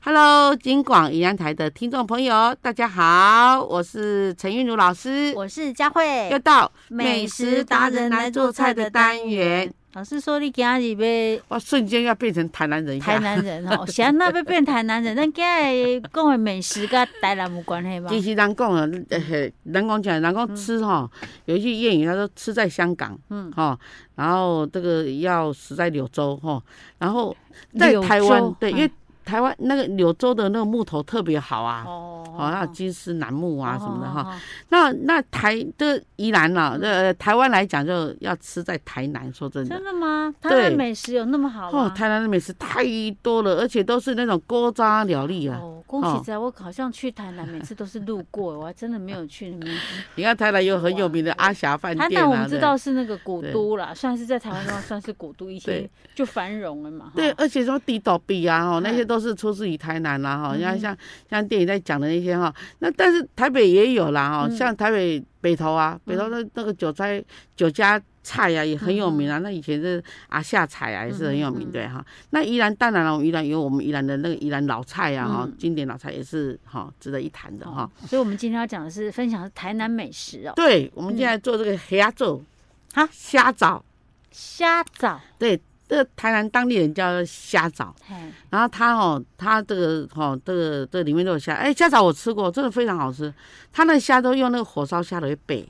Hello，金广宜兰台的听众朋友，大家好，我是陈韵如老师，我是佳慧又，到美食达人来做菜的单元。老师说你今日要哇，瞬间要变成台南人一样台南人哦，谁那要变台南人？咱今日讲的美食跟台南有关系 吧？其实人讲啊，呃嘿人讲起来，人讲吃哈、有一句谚语，他说吃在香港，嗯嗯哈、然后这个要死在柳州哈、然后在柳台湾州嗯对，因为台湾那个柳州的那个木头特别好啊，哦哦，那金丝楠木啊什么的哈、，哦哦哦那那台这宜兰啊，这、呃台湾来讲就要吃在台南，说真的真。的吗？台对湾美食有那么好啊哦，吗？台南的美食太多了，而且都是那种锅渣料理啊！哦，恭喜在，我好像去台南，每次都是路过，我还真的没有去那边。你看台南有很有名的阿霞 饭台店南我啊，们知对道是那个古都啦，算是在台湾的话算是古都一些对，就繁荣了嘛。哈对，，而且说地道比啊，哈，那些嗯都是出自于台南啦，哈，像像像电影在讲的那些哈，那但是台北也有啦，哈，嗯像台北北投啊，北投那那个韭菜酒家菜呀、也很有名啊，那以前是啊下菜啊也是很有名，嗯嗯嗯嗯对哈。那宜兰当然了，我们宜兰有我们宜兰的那个宜兰老菜啊，哈嗯，经典老菜也是哈值得一谈的哈哦。所以我们今天要讲的是分享的是台南美食哦，对，我们现在做这个虾粥，哈虾枣，虾枣，对，这个台南当地人叫虾枣。嘿，然后它哦，它这个哦，这个这个里面都有虾，哎，虾枣我吃过，真的非常好吃。它那虾都用那个火烧虾来备，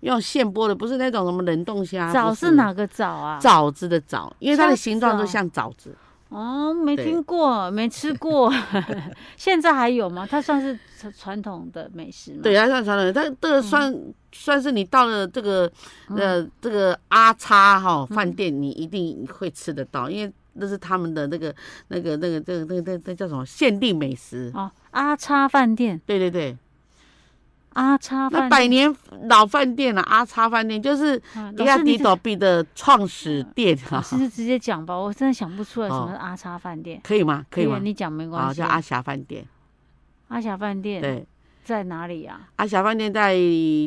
用现剥的，不是那种什么冷冻虾。枣不是？哪个枣啊？枣子的枣，因为它的虾形状都枣像枣子。哦，没对听过，没吃过， 现在还有吗？它算是传传统的美食吗？对，，它算传统，它这个算、嗯算是你到了这个呃这个阿叉哈、饭嗯店，你一定会吃得到，因为那是他们的那个那个那个这个那个那那叫什么限定美食。哦，阿叉饭店，对对对，阿叉那饭百店，年老饭店了、阿叉饭店就是啊迪老亚师迪你这斗币的创始 店老哈，师就直接讲吧，我真的想不出来什么哦是阿叉饭店。可以吗？可以啊吗？你讲没啊，关系。叫阿霞饭店，阿霞饭店对，在哪里啊？阿霞饭店在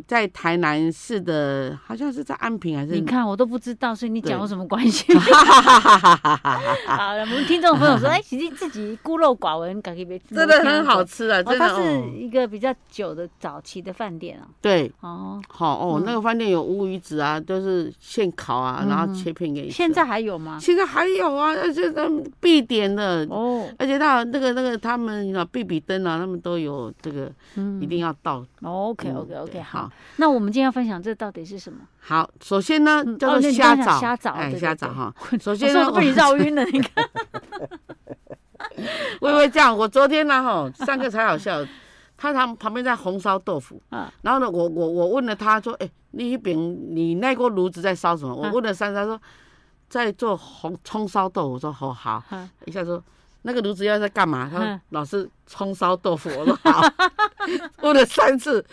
在台南市的，好像是在安平还是？你看我都不知道，所以你对讲有什么关系？ 好，我们听众朋友 说，哎，其实自己孤陋寡闻，感觉别真的很好。吃啊，哦，真的它哦是，一个比较久的早期的饭店啊。对。哦，好哦，那个饭店有乌鱼子啊，都是现烤啊，然后切片给你吃。嗯现在还有吗？现在还有啊，而且他们必点的，哦，而且到那个那个他们啊，必比登啊，他们都有这个，嗯一定要到。哦，OK 嗯 OK 对 OK，好。那我们今天要分享这到底是什么？好，首先呢嗯，叫哦做那你虾刚才枣，讲虾枣哎，对虾对枣对哈。首 我先说呢，我被你 绕晕哦了，你看。我因为这样，我昨天呢， 哈，上课才好笑，他他旁边在红烧豆腐嗯，然后呢，我我我问了他说，哎，你一边你那锅炉子在烧什么？我嗯问了三三说，在做红葱烧豆腐。我说哦好，嗯一下说。那个炉子要在干嘛？他说嗯老师葱烧豆腐，我说好， 问了三次，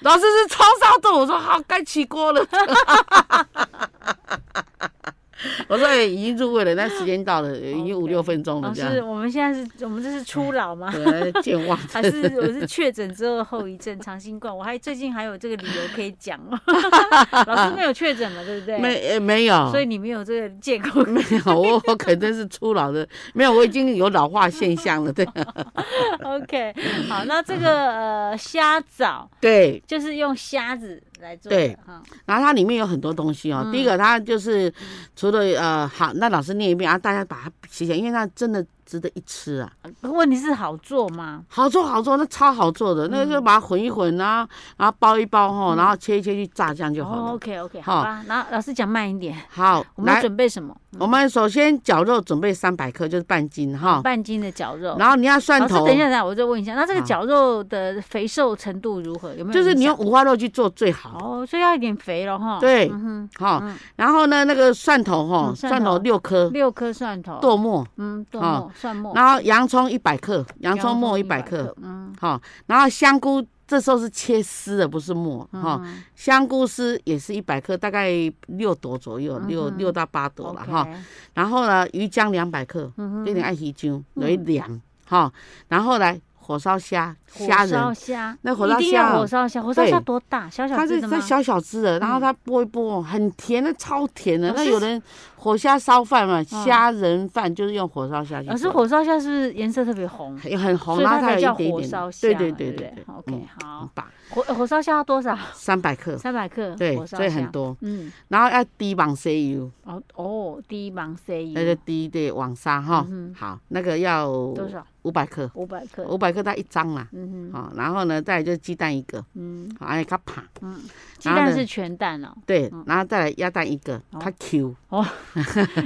老师是葱烧豆腐，我说好，该起锅了。 我说、哎已经入味了，那时间到了，已经五 OK 六分钟了，老这师，样。我们现在哦是我们这是 初老吗？对，健忘 还是我是确诊之后后遗症，长新冠，我还最近还有这个理由可以讲哦。 老师没有确诊嘛，对不对？，没呃没有，所以你没有这个借口。 没有，我我肯定是初老的，没有，我已经有老化现象 了，对 OK，好，那这个呃虾枣对。就是用虾子来做对的哈，然后它里面有很多东西嗯哦，第一个它就是除了呃好，那老师念一遍啊，大家把它写起来，因为它真的值得一吃啊。问题是好做吗？好做好做，那超好做嗯的，那就把它混一混啊，然后包一包哈，然后切一切去炸，这样就好哦了。 OK OK，好好吧，那老师讲慢一点，好，我们要来，准备什么？我们首先绞肉准备三百克，就是半斤哈，半斤的绞肉。然后你要蒜老师，头等一，下，等一下，我再问一下，那这个好绞肉的肥瘦程度如何？有没有影响？就是你用五花肉去做最好，哦，所以要一点肥了哈。对嗯哼，哈嗯。然后呢，那个蒜头哈，嗯蒜蒜头头六颗，六颗蒜头，剁末，嗯，剁啊末、蒜末，然后洋葱一百克，洋葱末一百100克，，嗯，哈。然后香菇这时候是切丝的，不是末哈。嗯香菇丝也是一百克，大概六朵左右，六嗯哼六到八朵了哈。， OK，然后呢，鱼浆两百克，嗯有哼，点爱鱼浆，有一两哈。然后来火烧虾，火虾烧仁，虾，那火一烧定虾要哦火烧虾，火烧虾对多大？小小它只是的吗嗯它？小小只的，然后它剥一剥哦，很甜的，超甜的。老那师有人火虾烧饭嘛，哦嗯虾仁饭就是用火烧虾去做。老师，火烧虾是不是颜色特别红？也很红，所以然后它才它有叫一点一火点烧的，虾对嘛，对对对对对不嗯 OK，很好，棒，火呃火烧虾要多少？ 三百克，三百克，对火，烧所以虾很。多。嗯，然后要低绑 C U，哦哦，第一盲 C 那就低对网纱哈嗯哼。好，那个要多少？五百克，五百克。五百克它一张啦。嗯哼，好，然后呢，再来就是鸡蛋一个，嗯好，哎，它啪，嗯，鸡然后蛋呢是全 蛋哦，对嗯，然后再来鸭蛋一个，哦 它 Q，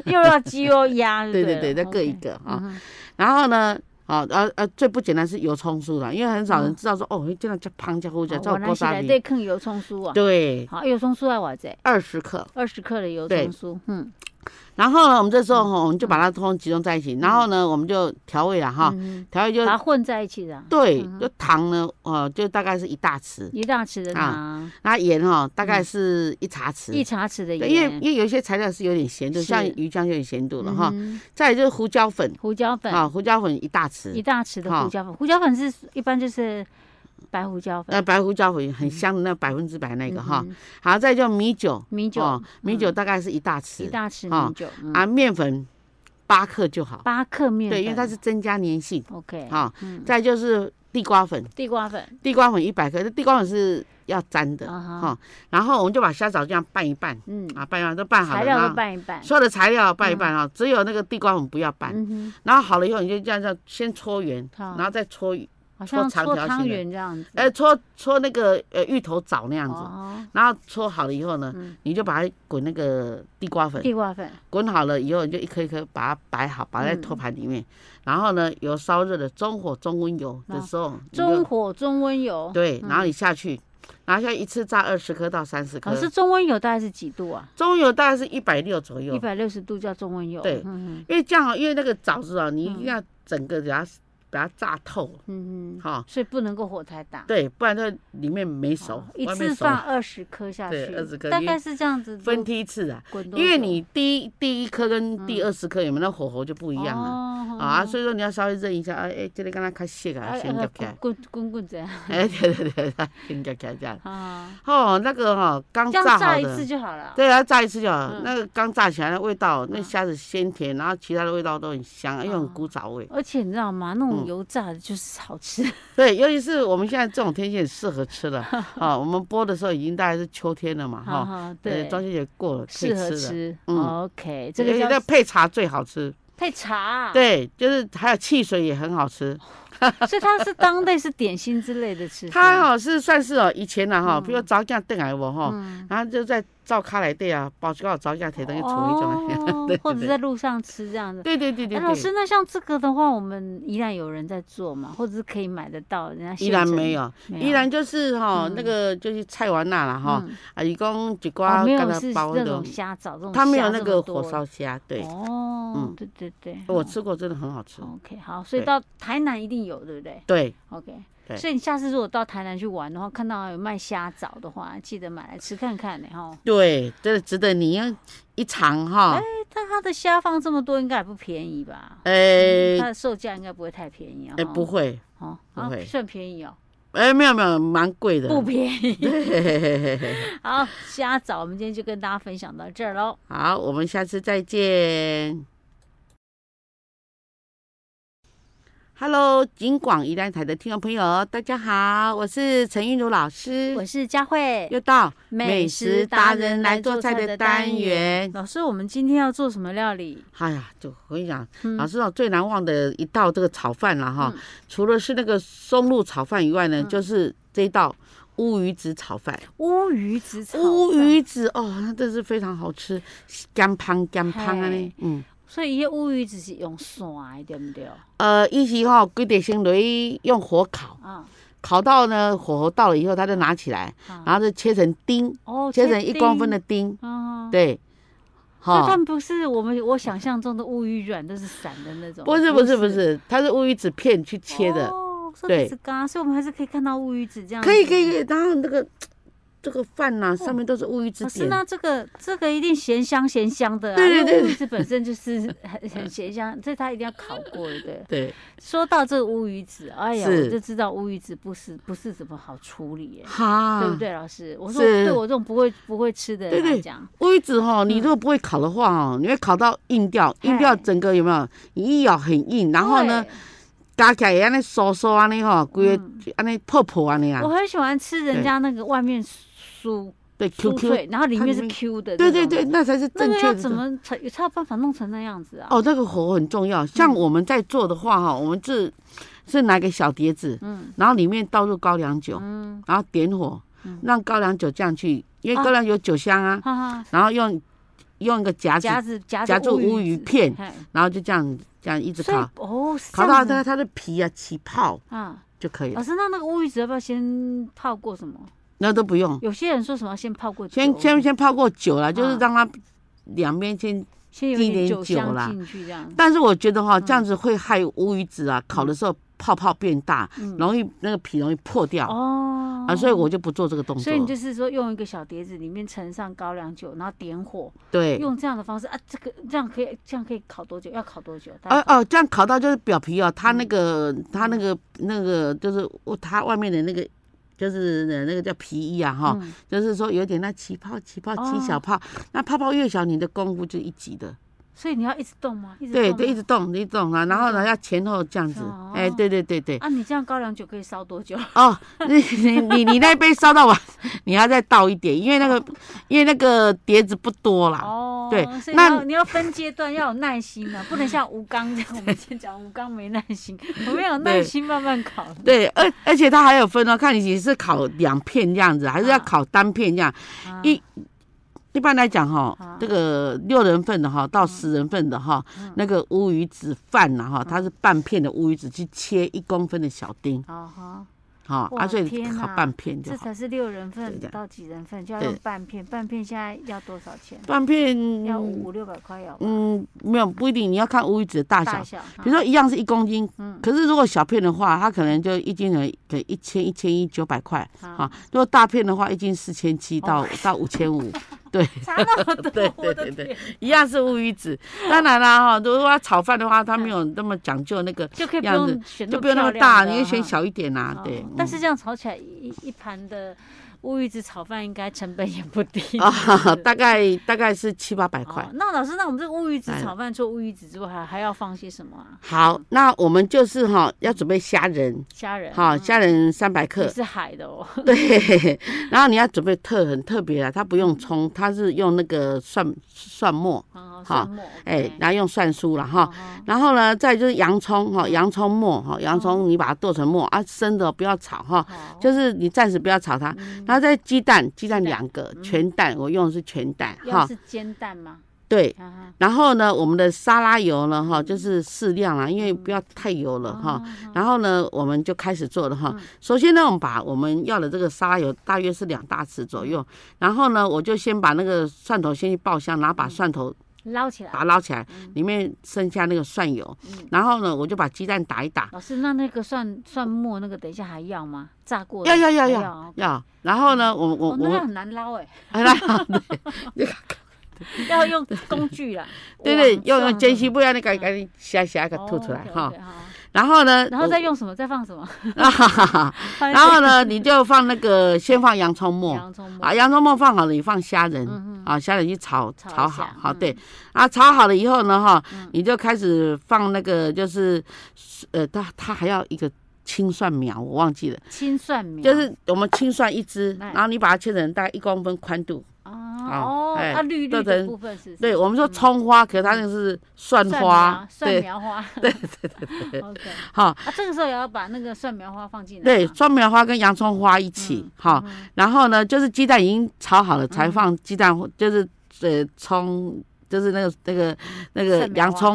又要鸡又鸭，对对对对，了再各一 OK 个嗯啊。哼然后呢，好，呃呃，最不简单是油葱酥了，因为很少人嗯知道说，哦，这样叫胖叫糊叫哦叫原来锅是沙来里，对坑油葱酥啊。对，好，油葱酥要偌济？二十克，二十克的油对葱酥，嗯，然后呢，我们这时候哈，我们就把它通通集中在一起，然后呢，我们就调味了哈，嗯哼调味就把它混在一起的啊，对嗯，就糖呢，哦，就大概是一大匙，一大匙的啊糖，那盐哈大概是一茶匙嗯一，茶匙的对因为盐，因为有一些材料是有点咸度，是像鱼浆就有咸度了哈。嗯哼再来就是胡椒粉胡椒粉，啊，胡椒粉一大一匙，大匙的好胡椒粉，胡椒粉是一般就是白胡椒呃，粉，白胡椒粉很香的那百分之百那个哈嗯。哼，好，再就米酒，米酒嗯哦，米酒大概是一大匙一大匙啊米酒，嗯啊，面粉八克就好，八克面粉，对，因为它是增加粘性。 OK，啊嗯，再就是地瓜粉。地瓜粉，地瓜粉一百克，这地瓜粉是要沾的哈、啊哈然后我们就把虾枣这样拌一拌嗯，啊，拌一拌都拌好材了，料然都后拌一拌，所有的材料拌一拌啊、只有那个地瓜粉不要拌。嗯哼，然后好了以后，你就这样这样先搓圆，好然后再搓，好搓像长搓条汤形的圆这样子，呃，搓搓那个呃芋头枣那样子。哦，然后搓好了以后呢，嗯你就把它滚那个地瓜粉，地瓜粉，滚好了以后，你就一颗一颗把它摆好，摆在托盘嗯里面。然后呢，油烧热了，中火中温油的时候，你就中火嗯中温油，对，然后你下去，然后下一次炸二十颗到三十颗老，师中温油大概哦是几度啊？中油大概是一百六左一右。百六十度叫中温油，对嗯哼因为这样哦，因为那个枣子啊，你一定要整个给它把它炸透嗯哼，哈、所以不能够火太大。对，不然它里面没熟哦，一外面次熟放二十颗下对去， 20颗大因为概是这样子分梯次啊，滚多久，因为你第一第一颗跟第二十颗有没有那火候就不一样了。哦啊，所以说你要稍微认一下，哎、哎，这里刚刚开泄啊，哎先夹哎起来，滚滚滚这样 哎，对对对，对先夹起来这样。啊，哦，那个哈、刚这样炸炸好一的次，就好了。对啊，炸一次就好。嗯那个刚炸起来的味道，那嗯虾子鲜甜，然后其他的味道都很香，又很哦古早味。而且你知道吗？那种嗯油炸的就是好吃，对，尤其是我们现在这种天气很适合 吃了啊。我们播的时候已经大概是秋天了嘛，哈 哈。啊哈，呃对，中秋节过了，可以适合了。吃。嗯 OK，这这个个叫那配茶最好吃，配茶啊，对，就是还有汽水也很好吃。所以它是当代是点心之类的吃法。 它哦哈是算是哦，以前呢哈，比如早酱炖来我哈，嗯，然后就在灶咖来对啊，包括早酱铁等于煮一种。哦 对对或者对在路上吃这样的。对对对对哎，对。老师，那像这个的话，我们依然有人在做嘛，或者是可以买得到，人家依现然成没，有，没有依然就是哈、那嗯个就是菜完那啦哈，嗯啊伊讲一哦寡没干有啦是包那那种种，虾枣这种，它没有那个火烧。虾，对，哦嗯，对对对，我哦吃过真的很好吃， OK，好，所以对到台南一定有，对不对对， ？OK，对所以你下次如果到台南去玩的话，看到有卖虾枣的话，记得买来吃看看呢，哈。对，真的值得你要一尝哈，但它的虾放这么多，应该也不便宜吧？诶、它的售价应该不会太便宜啊。诶、哈哎不，会，哦，不啊会算便宜哦，诶、没有没有，蛮贵的，不便 宜。嘿嘿嘿嘿嘿好，虾枣，我们今天就跟大家分享到这儿喽。好，我们下次再见。Hello，金广宜兰台的听众朋友，大家好，我是陈韵如老师，我是佳慧，又到。嗯美食达人来做菜的单。元。老师，我们今天要做什么料理？哎呀，就我跟你讲，嗯老师哦，最难忘的一道这个炒饭了哈嗯，除了是那个松露炒饭以外呢，嗯就是这道乌鱼子炒饭。乌鱼子炒乌饭鱼子哦，那真是非常好吃，干胖干胖啊嘿呢，嗯。所以伊乌鱼子是用山的，对不对？呃，一是哈，规定先落去用火烤，啊，烤到呢火候到了以后，他就拿起来，啊然后就切成丁，哦，切成一公分的丁，丁，啊，对，所以好它，们不是我们我想象中的乌鱼软，都是散的那种。不是不是不是，它是乌鱼子片去切的，哦，所对以是干，所以我们还是可以看到乌鱼子这样。可以可以，可以，然后那个这个饭哦呐、上面都是乌鱼子老师，点。那这个这个一定咸香咸香的啊，对对因为对乌鱼子本身就是很很咸香，这它一定要烤过的。对对，说到这个乌鱼子，哎呀，是我就知道乌鱼子不是不是怎么好处理耶，哈，对不？对，老师？我说啊是对我这种不会不会吃的对人来对讲，乌鱼子哈，你如果不会烤的话哦，你会烤到硬掉，硬掉嗯嘿整个有没有？你一咬很硬，然后呢，加起来也安尼酥酥安尼吼，规嗯个安尼泡泡安尼对，啊我，很喜欢吃人家那个外面酥对酥 QQ，脆，然后里它面里是面 Q 的，对对对，。那才是那正个确要的怎做。么才有才有办法弄成那样子啊？哦，那个火很重嗯要。像我们在做的话哈，我们是是拿个小碟子，嗯然后里面倒入高粱酒，嗯，然后点火，让高粱酒这样去，因为高粱有酒香啊，哈哈，然后用用一个夹子夹，子夹夹住乌鱼子片，嘿然后就这样这样一直所以烤，哦，是烤这到样子它它的皮啊起泡啊，就可以老了，师，那那个乌鱼子要不要先泡过什么？那都不用，有些人说什么要先泡过酒，先先先泡过酒了，就是啊让它两边先。先有滴一点点酒酒香啦进去这样子。但是我觉得嗯哈，这样子会害乌鱼子啊，烤的时候泡泡变大，嗯容易那个皮容易破掉。哦啊，所以我就不做这个动作。所以你就是说用一个小碟子里面盛上高粱酒，然后点火，对，哦用这样的方式啊，这个这样可以这样可以烤多久？要烤多久？大哦概哦，这样烤到就是表皮哦，它那个、嗯它那个那个就是哦它外面的那个就是那个叫皮衣啊哈，嗯就是说有点那起泡起泡起哦小泡，那泡泡越小，你的功夫就一级的。所以你要一直动吗？一直对动对，一吗直动一直动啊，然后呢要前后这样子是哦，哎、对对对对。啊，你这样高粱酒可以烧多久？哦，你你你你那杯烧到完， 你要再倒一点，因为那个因为那个碟子不多啦。哦，对所以你那要你要分阶段，要有耐心啊，不能像吴刚这样。我们先讲吴刚没耐心，我们要有耐对心慢慢烤。对，而而且它还有分哦，看你是烤两片这样子，还是要啊烤单片这样。啊一一般来讲哈啊，这个六人份的嗯哈到十人份的哈，那个乌鱼子饭呐嗯哈，它是半片的乌鱼子去切一公分的小丁哦哈，哈，哇啊，所以天烤哪半片就这好。才是六人对份这样到几人份就要对用半片，半片现在要多少钱？半片，要五六百块要吧嗯，没有不一定，你要看乌鱼子的大大小。小，比如说一样是一公斤，嗯可是如果小片的话，它可能就一斤可能一千一千一九百块啊哈。如果大片的话，一斤四千七到到五千 五，对。差那么 对多，对哦我的对对天，一样是乌鱼子。当然啦，哈，如果要炒饭的话，它没有那么讲究那个，就可以不样子用选就不漂用那么亮的大，了你就选哈。小一点啦哦。对，但嗯是这样炒起来一一盘的乌鱼子炒饭应该成本也不低啊，大概大概是七八百块哦。。那老师，那我们这个乌鱼子来了炒饭除了乌鱼子之外，还还要放些什么啊？好，那我们就是哈要准备虾仁，虾仁，好，嗯虾仁三百也克，是海的哦， 对。 然后你要准备特很特别啊，它不用葱，它是用那个蒜蒜末，好，好蒜末，哎 OK，然后用蒜酥了哦哈。然后呢，再就是洋葱哈，洋葱末哈，洋葱你把它剁成末啊，生哦的哦不要炒哈。好，就是你暂时不要炒它，然后再鸡蛋，鸡蛋两个，嗯全蛋，我用的是全蛋要哈，是煎蛋吗？对。啊然后呢，我们的沙拉油呢，哈，就是适量啦，因为不要太油了哈。哦嗯然后呢，我们就开始做了哈。首先呢，我们把我们要的这个沙拉油大约是两大匙左嗯右，然后呢，我就先把那个蒜头先去爆香，然后把蒜头捞起来把。它捞起来，嗯里面剩下那个蒜油，然后呢，我就把鸡蛋打一打，老师，那那个蒜蒜末那个，等一下还要吗？炸过的要要要还要要哦。要。然后呢，我我哦，那我个， 很难捞哎，哎呀，对要用工具啦。 对对，网用状用的煎西，不然你赶赶紧虾虾给它吐出来嗯哦哈。 ，OK，OK，好然后呢，然后再用什么？再放 什么？我，啊哈哈哈放一然后呢，你就放那个先放洋葱些末洋葱末啊，洋葱末放好了，你放虾仁嗯啊，虾仁去炒炒一炒下好，好嗯对啊，炒好了以后呢，哈，你就开始放那个就是呃，它它还要一个青蒜苗，我忘记了，青蒜苗，就是我们青蒜一支，哎然后你把它切成大概一公分宽度。啊哦哦，哎啊绿绿做的成部分是嗯对我们说葱花，可是它那个是蒜蒜花苗，蒜对，苗花，对对对对 ，OK。哈，啊，这个时候也要把那个蒜苗花放进来。啊对，，蒜苗花跟洋葱花一起嗯哈、然后呢，就是鸡蛋已经炒好了，才放鸡蛋，就是呃葱，就是那个那个那个蒜苗洋花葱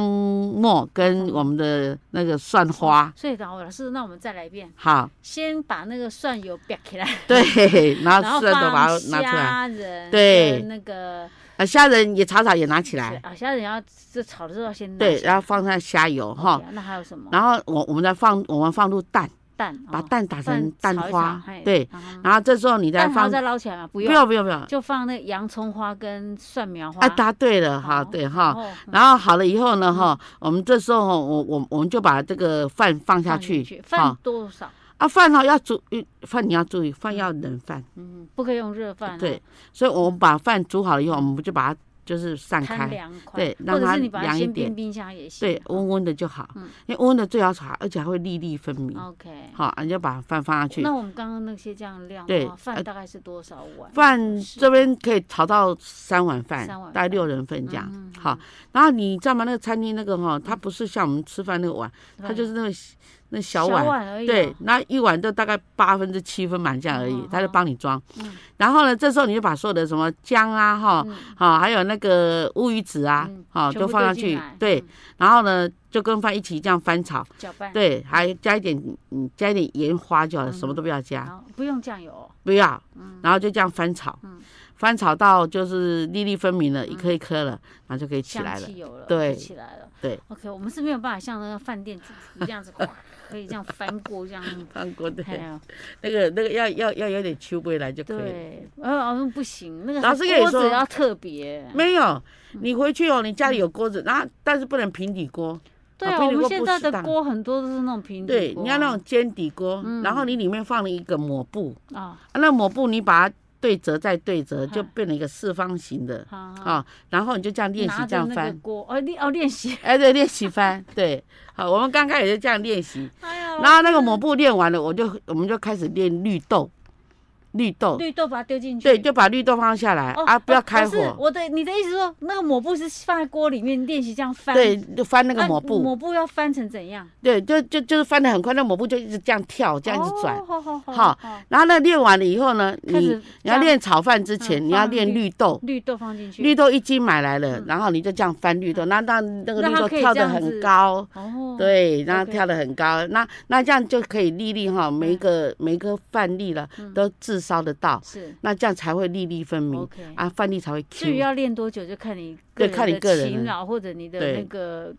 末跟我们的那个蒜花，所以然后老师，那我们再来一遍，好，先把那个蒜油煸起来，对， 然 然后后蒜头把它放拿出来，虾仁，对那个啊，虾仁也炒炒也拿起对来，啊虾仁要这炒的时候要先拿对，起来啊然后放上虾油哈、 OK，那还有什么？然后我我们再放我们放入蛋，蛋，把哦蛋打成蛋炒一花炒嘿，对，然后然后这时候你再蛋还要放，再捞起来吗？不不用，要不要不要，就放那个洋葱花跟蒜苗花。哦啊，答对了哈，好对然哈。后然后好了以后呢，哈，嗯我们这时候哦我我我们就把这个饭放下放进去，饭哈多少？啊饭哈要煮，饭你要注意，饭要冷饭，嗯，不可以用热饭、啊，对，所以我们把饭煮好了以后，我们就把它就是散摊开，凉快，对或让者它是你把它凉一先点冰冰箱也行，对，温温的就好嗯，因为温温的最好炒，而且还会粒粒分明， ，OK。嗯好，你就把饭放下去。那我们刚刚那些酱料的对话，饭呃大概是多少碗？饭是这边可以炒到三碗饭，三碗大概饭六人份这样。嗯好，然后你知道吗？那个餐厅那个哈，它不是像我们吃饭那个碗，它就是那个那小碗，而已、哦对，，那一碗就大概八分之七分满这样而已嗯，他就帮你装嗯。然后呢，这时候你就把所有的什么姜啊，哈，嗯好，还有那个乌鱼子啊嗯，好，全都部放丢上进去来，对嗯，然后呢，就跟饭一起这样翻炒，搅拌，对，还加一点，嗯，加一点盐花就好嗯了，什么都不要加。然后不用酱油哦，不要，然后就这样翻炒，嗯翻炒到就是粒粒分明了，一颗一颗了，然后就可以起香来了。气有了，对就起来了，对。 OK，我们是没有办法像那个饭店主厨这样子，哗 可以这样翻锅这样。韩国的哎呀那个那个要要要有点秋味来就可以了。对，呃，好像不行，那个老师跟你锅说子要特别。没有，你回去哦，你家里有锅子，然后但是不能平底锅，对啊啊，平我底们锅现不在适的当锅很多都是那种平底对，锅你要那种尖底锅，嗯然后你里面放了一个抹布，啊，啊那抹布你把它对折再对折，嗯就变成一个四方形的好好啊，然后你就这样练习拿这着样那个翻，锅，哦练哦练习，哎对，练习翻，对，好，我们刚开始就这样练习。哎呀，然后那个抹布练完了，我就我们就开始练绿豆，绿豆，绿豆把它丢进去，对，就把绿豆放下来哦啊，不要哦开是火，我的你的意思说，那个抹布是放在锅里面练习这样翻，啊对，，就翻那个抹布，抹布要翻成怎样？对，就就就是翻的很快，那抹布就一直这样跳，这样一直转哦。好好好，好好，然后那练完了以后呢，开你始你要这样练炒饭之前，嗯你要放练绿绿豆，绿豆放进去，绿豆一斤买来了，然后你就这样翻绿豆，那那那个让绿它豆可以跳这得样子很高。哦，，对，然后 OK 跳得很高，那那这样就可以粒粒哈，每一嗯个每一个饭粒了都炙烧得到，是那这样才会粒粒分明 OK。啊，饭粒才会至于 Q。要练多久，就看你对人看你的个人了勤劳或者你的对那个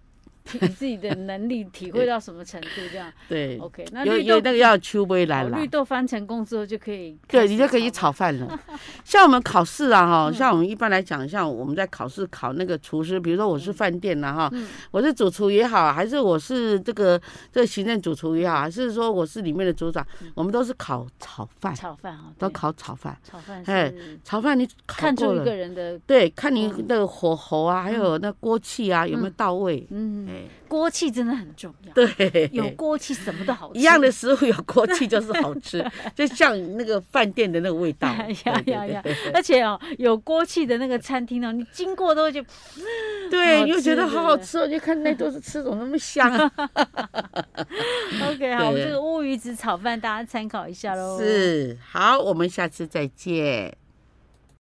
你自己的能力体会到什么程度这样。对， OK，那哦有绿有豆那个要秋杯来哦啦绿，豆翻成功之后就可以开对始，你就可以炒嗯炒饭了。 像我们考试啊，哈，像我们一般来讲，像我们在考试考那个厨师，比如说我是饭店的哈嗯，我是主厨也好，还是我是这个这个行政主厨也好，还是说我是里面的组长，嗯我们都是考炒饭，炒饭哈，都对考炒饭。炒饭哎是炒饭你考看过出一了个，人的对，看你嗯那个火候啊，还有那锅气啊有没有到位。嗯哎，锅气真的很重要，对，有锅气什么都好吃。一样的食物有锅气就是好 吃，就像那个饭店的那个味道。哎对 呀对呀呀对！而且哦，有锅气的那个餐厅哦，你经过都 会觉得 对，好你会觉吃得对好不好对吃哦，你看那都是吃怎么那么香 啊？哦 OK 好，我们对这个乌鱼子炒饭大家参考一下喽。。是，好，我们下次再见。